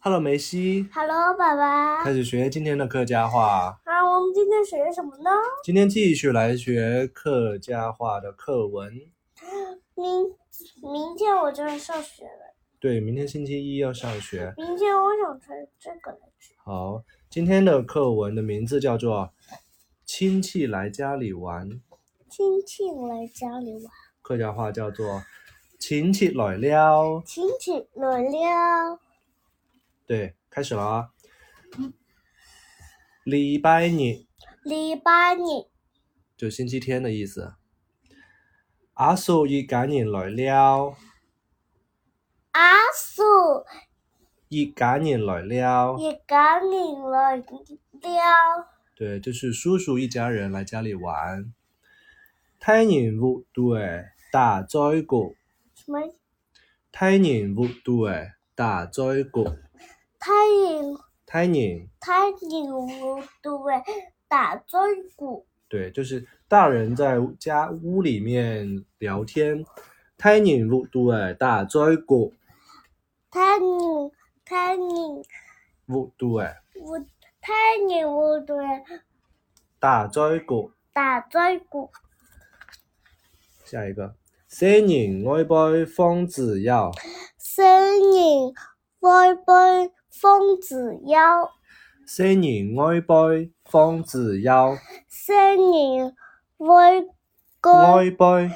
Hello，梅西， Hello，爸爸。开始学今天的客家话。啊，我们今天学什么呢？今天继续来学客家话的课文。明明天我就要上学了。对，明天星期一要上学。明天我想穿这个来吃。好，今天的课文的名字叫做《亲戚来家里玩》，亲戚来家里玩，客家话叫做《亲戚来了》。亲戚来了。对，开始了啊。礼拜日礼拜日，就星期天的意思。阿叔一家人来了，阿叔一家人来了。一家人来了。对，就是叔叔一家人来家里玩。太人户对大灾谷，什么？太人户对大灾谷，太人太人太人无对打针鼓。对，就是大人在家屋里面聊天。太人户对大灾谷，太人太人户对无太人无对大灾谷。打针鼓。下一个，新年爱拜方子友，新年拜拜方子休，新年爱拜方子友，新年拜爱拜拜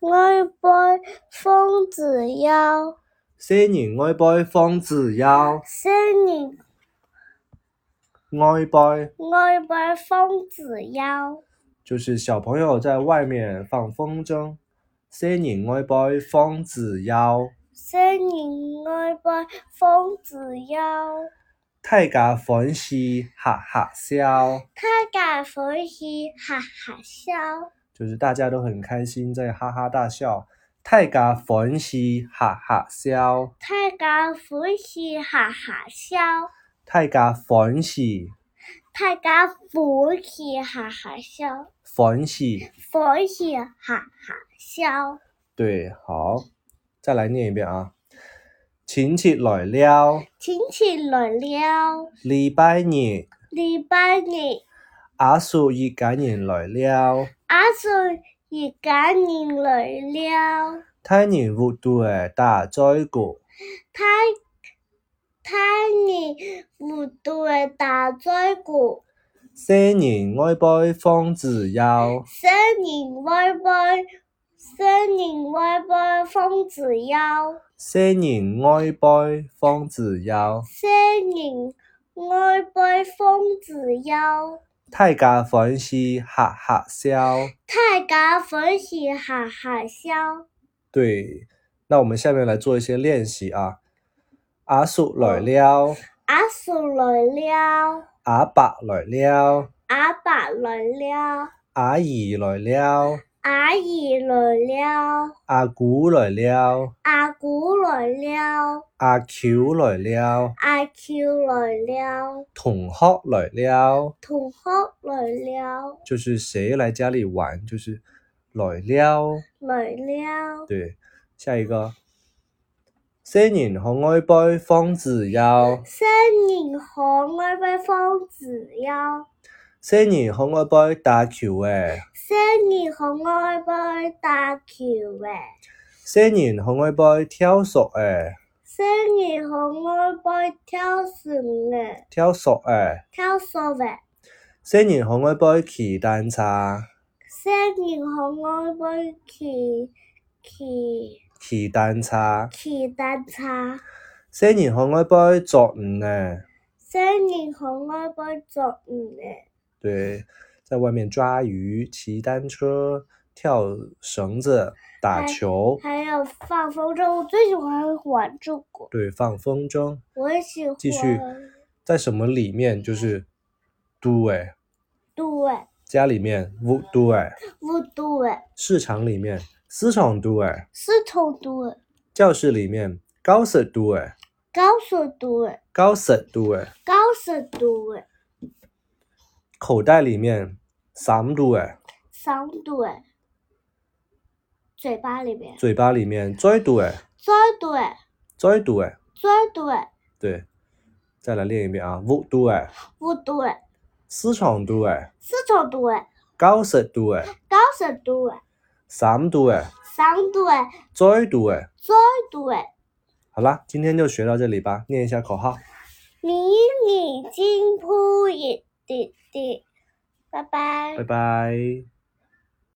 拜拜方子休，新年爱拜方子友。新年爱拜拜拜方子休，就是小朋友在外面放风筝，新年爱拜方子腰，新年拜拜方子休，大家欢喜哈哈笑，大家欢喜哈哈笑，就是大家都很开心，在哈哈大笑。大家欢喜哈哈笑，大家欢喜哈哈笑，大家欢喜大家欢喜哈哈笑。欢喜，欢喜哈哈笑，对，好，再来念一遍啊。亲戚来了，亲戚来了，礼拜日，礼拜日，阿叔一家人来了。阿叔一家人来了，太年活对大灾谷，太太年不对打嘴鼓，新年爱拜方子友，新年拜拜，新年拜拜方子腰，新年爱拜方子友，新年爱拜方子腰，大家欢喜哈哈笑。大家欢喜哈哈笑。对，那我们下面来做一些练习啊。阿叔来了，阿叔来了。阿伯来了，阿爸来了，阿姨来了，阿姨来了，阿姑来了，阿姑来了，阿 Q 来了，阿 Q 来了，同学来了，同学来了，就是谁来家里玩，就是来了。来了，对，下一个。新年好爱拜方子友，新年好，我拜方子腰，新年好爱拜大桥诶，新年好，我拜大桥诶，新年好爱拜跳索诶，新年好，我拜跳绳诶，跳索诶，跳绳诶，新年好爱拜骑单车，新年好，我拜骑骑骑单车，骑单车。新年好爱拜作五诶，新年好，我不作五诶，对，在外面抓鱼、骑单车、跳绳子、打哎球，还有放风筝，我最喜欢玩这个，对，放风筝。我也喜欢。继续，在什么里面就是对，对，家里面屋对，不对？市场里面市场对，是同对，教室里面教室对，高速对，教室对，高速对，口袋里面三对，三对，嘴巴里面，嘴巴里面嘴对，嘴对，嘴对，嘴对，对，再来练一遍啊。不对，不对，市场对，市场对，九十对，九十对，三对，三对，最对。最对。好啦，今天就学到这里吧。念一下口号，迷你金铺也弟弟，拜拜拜拜。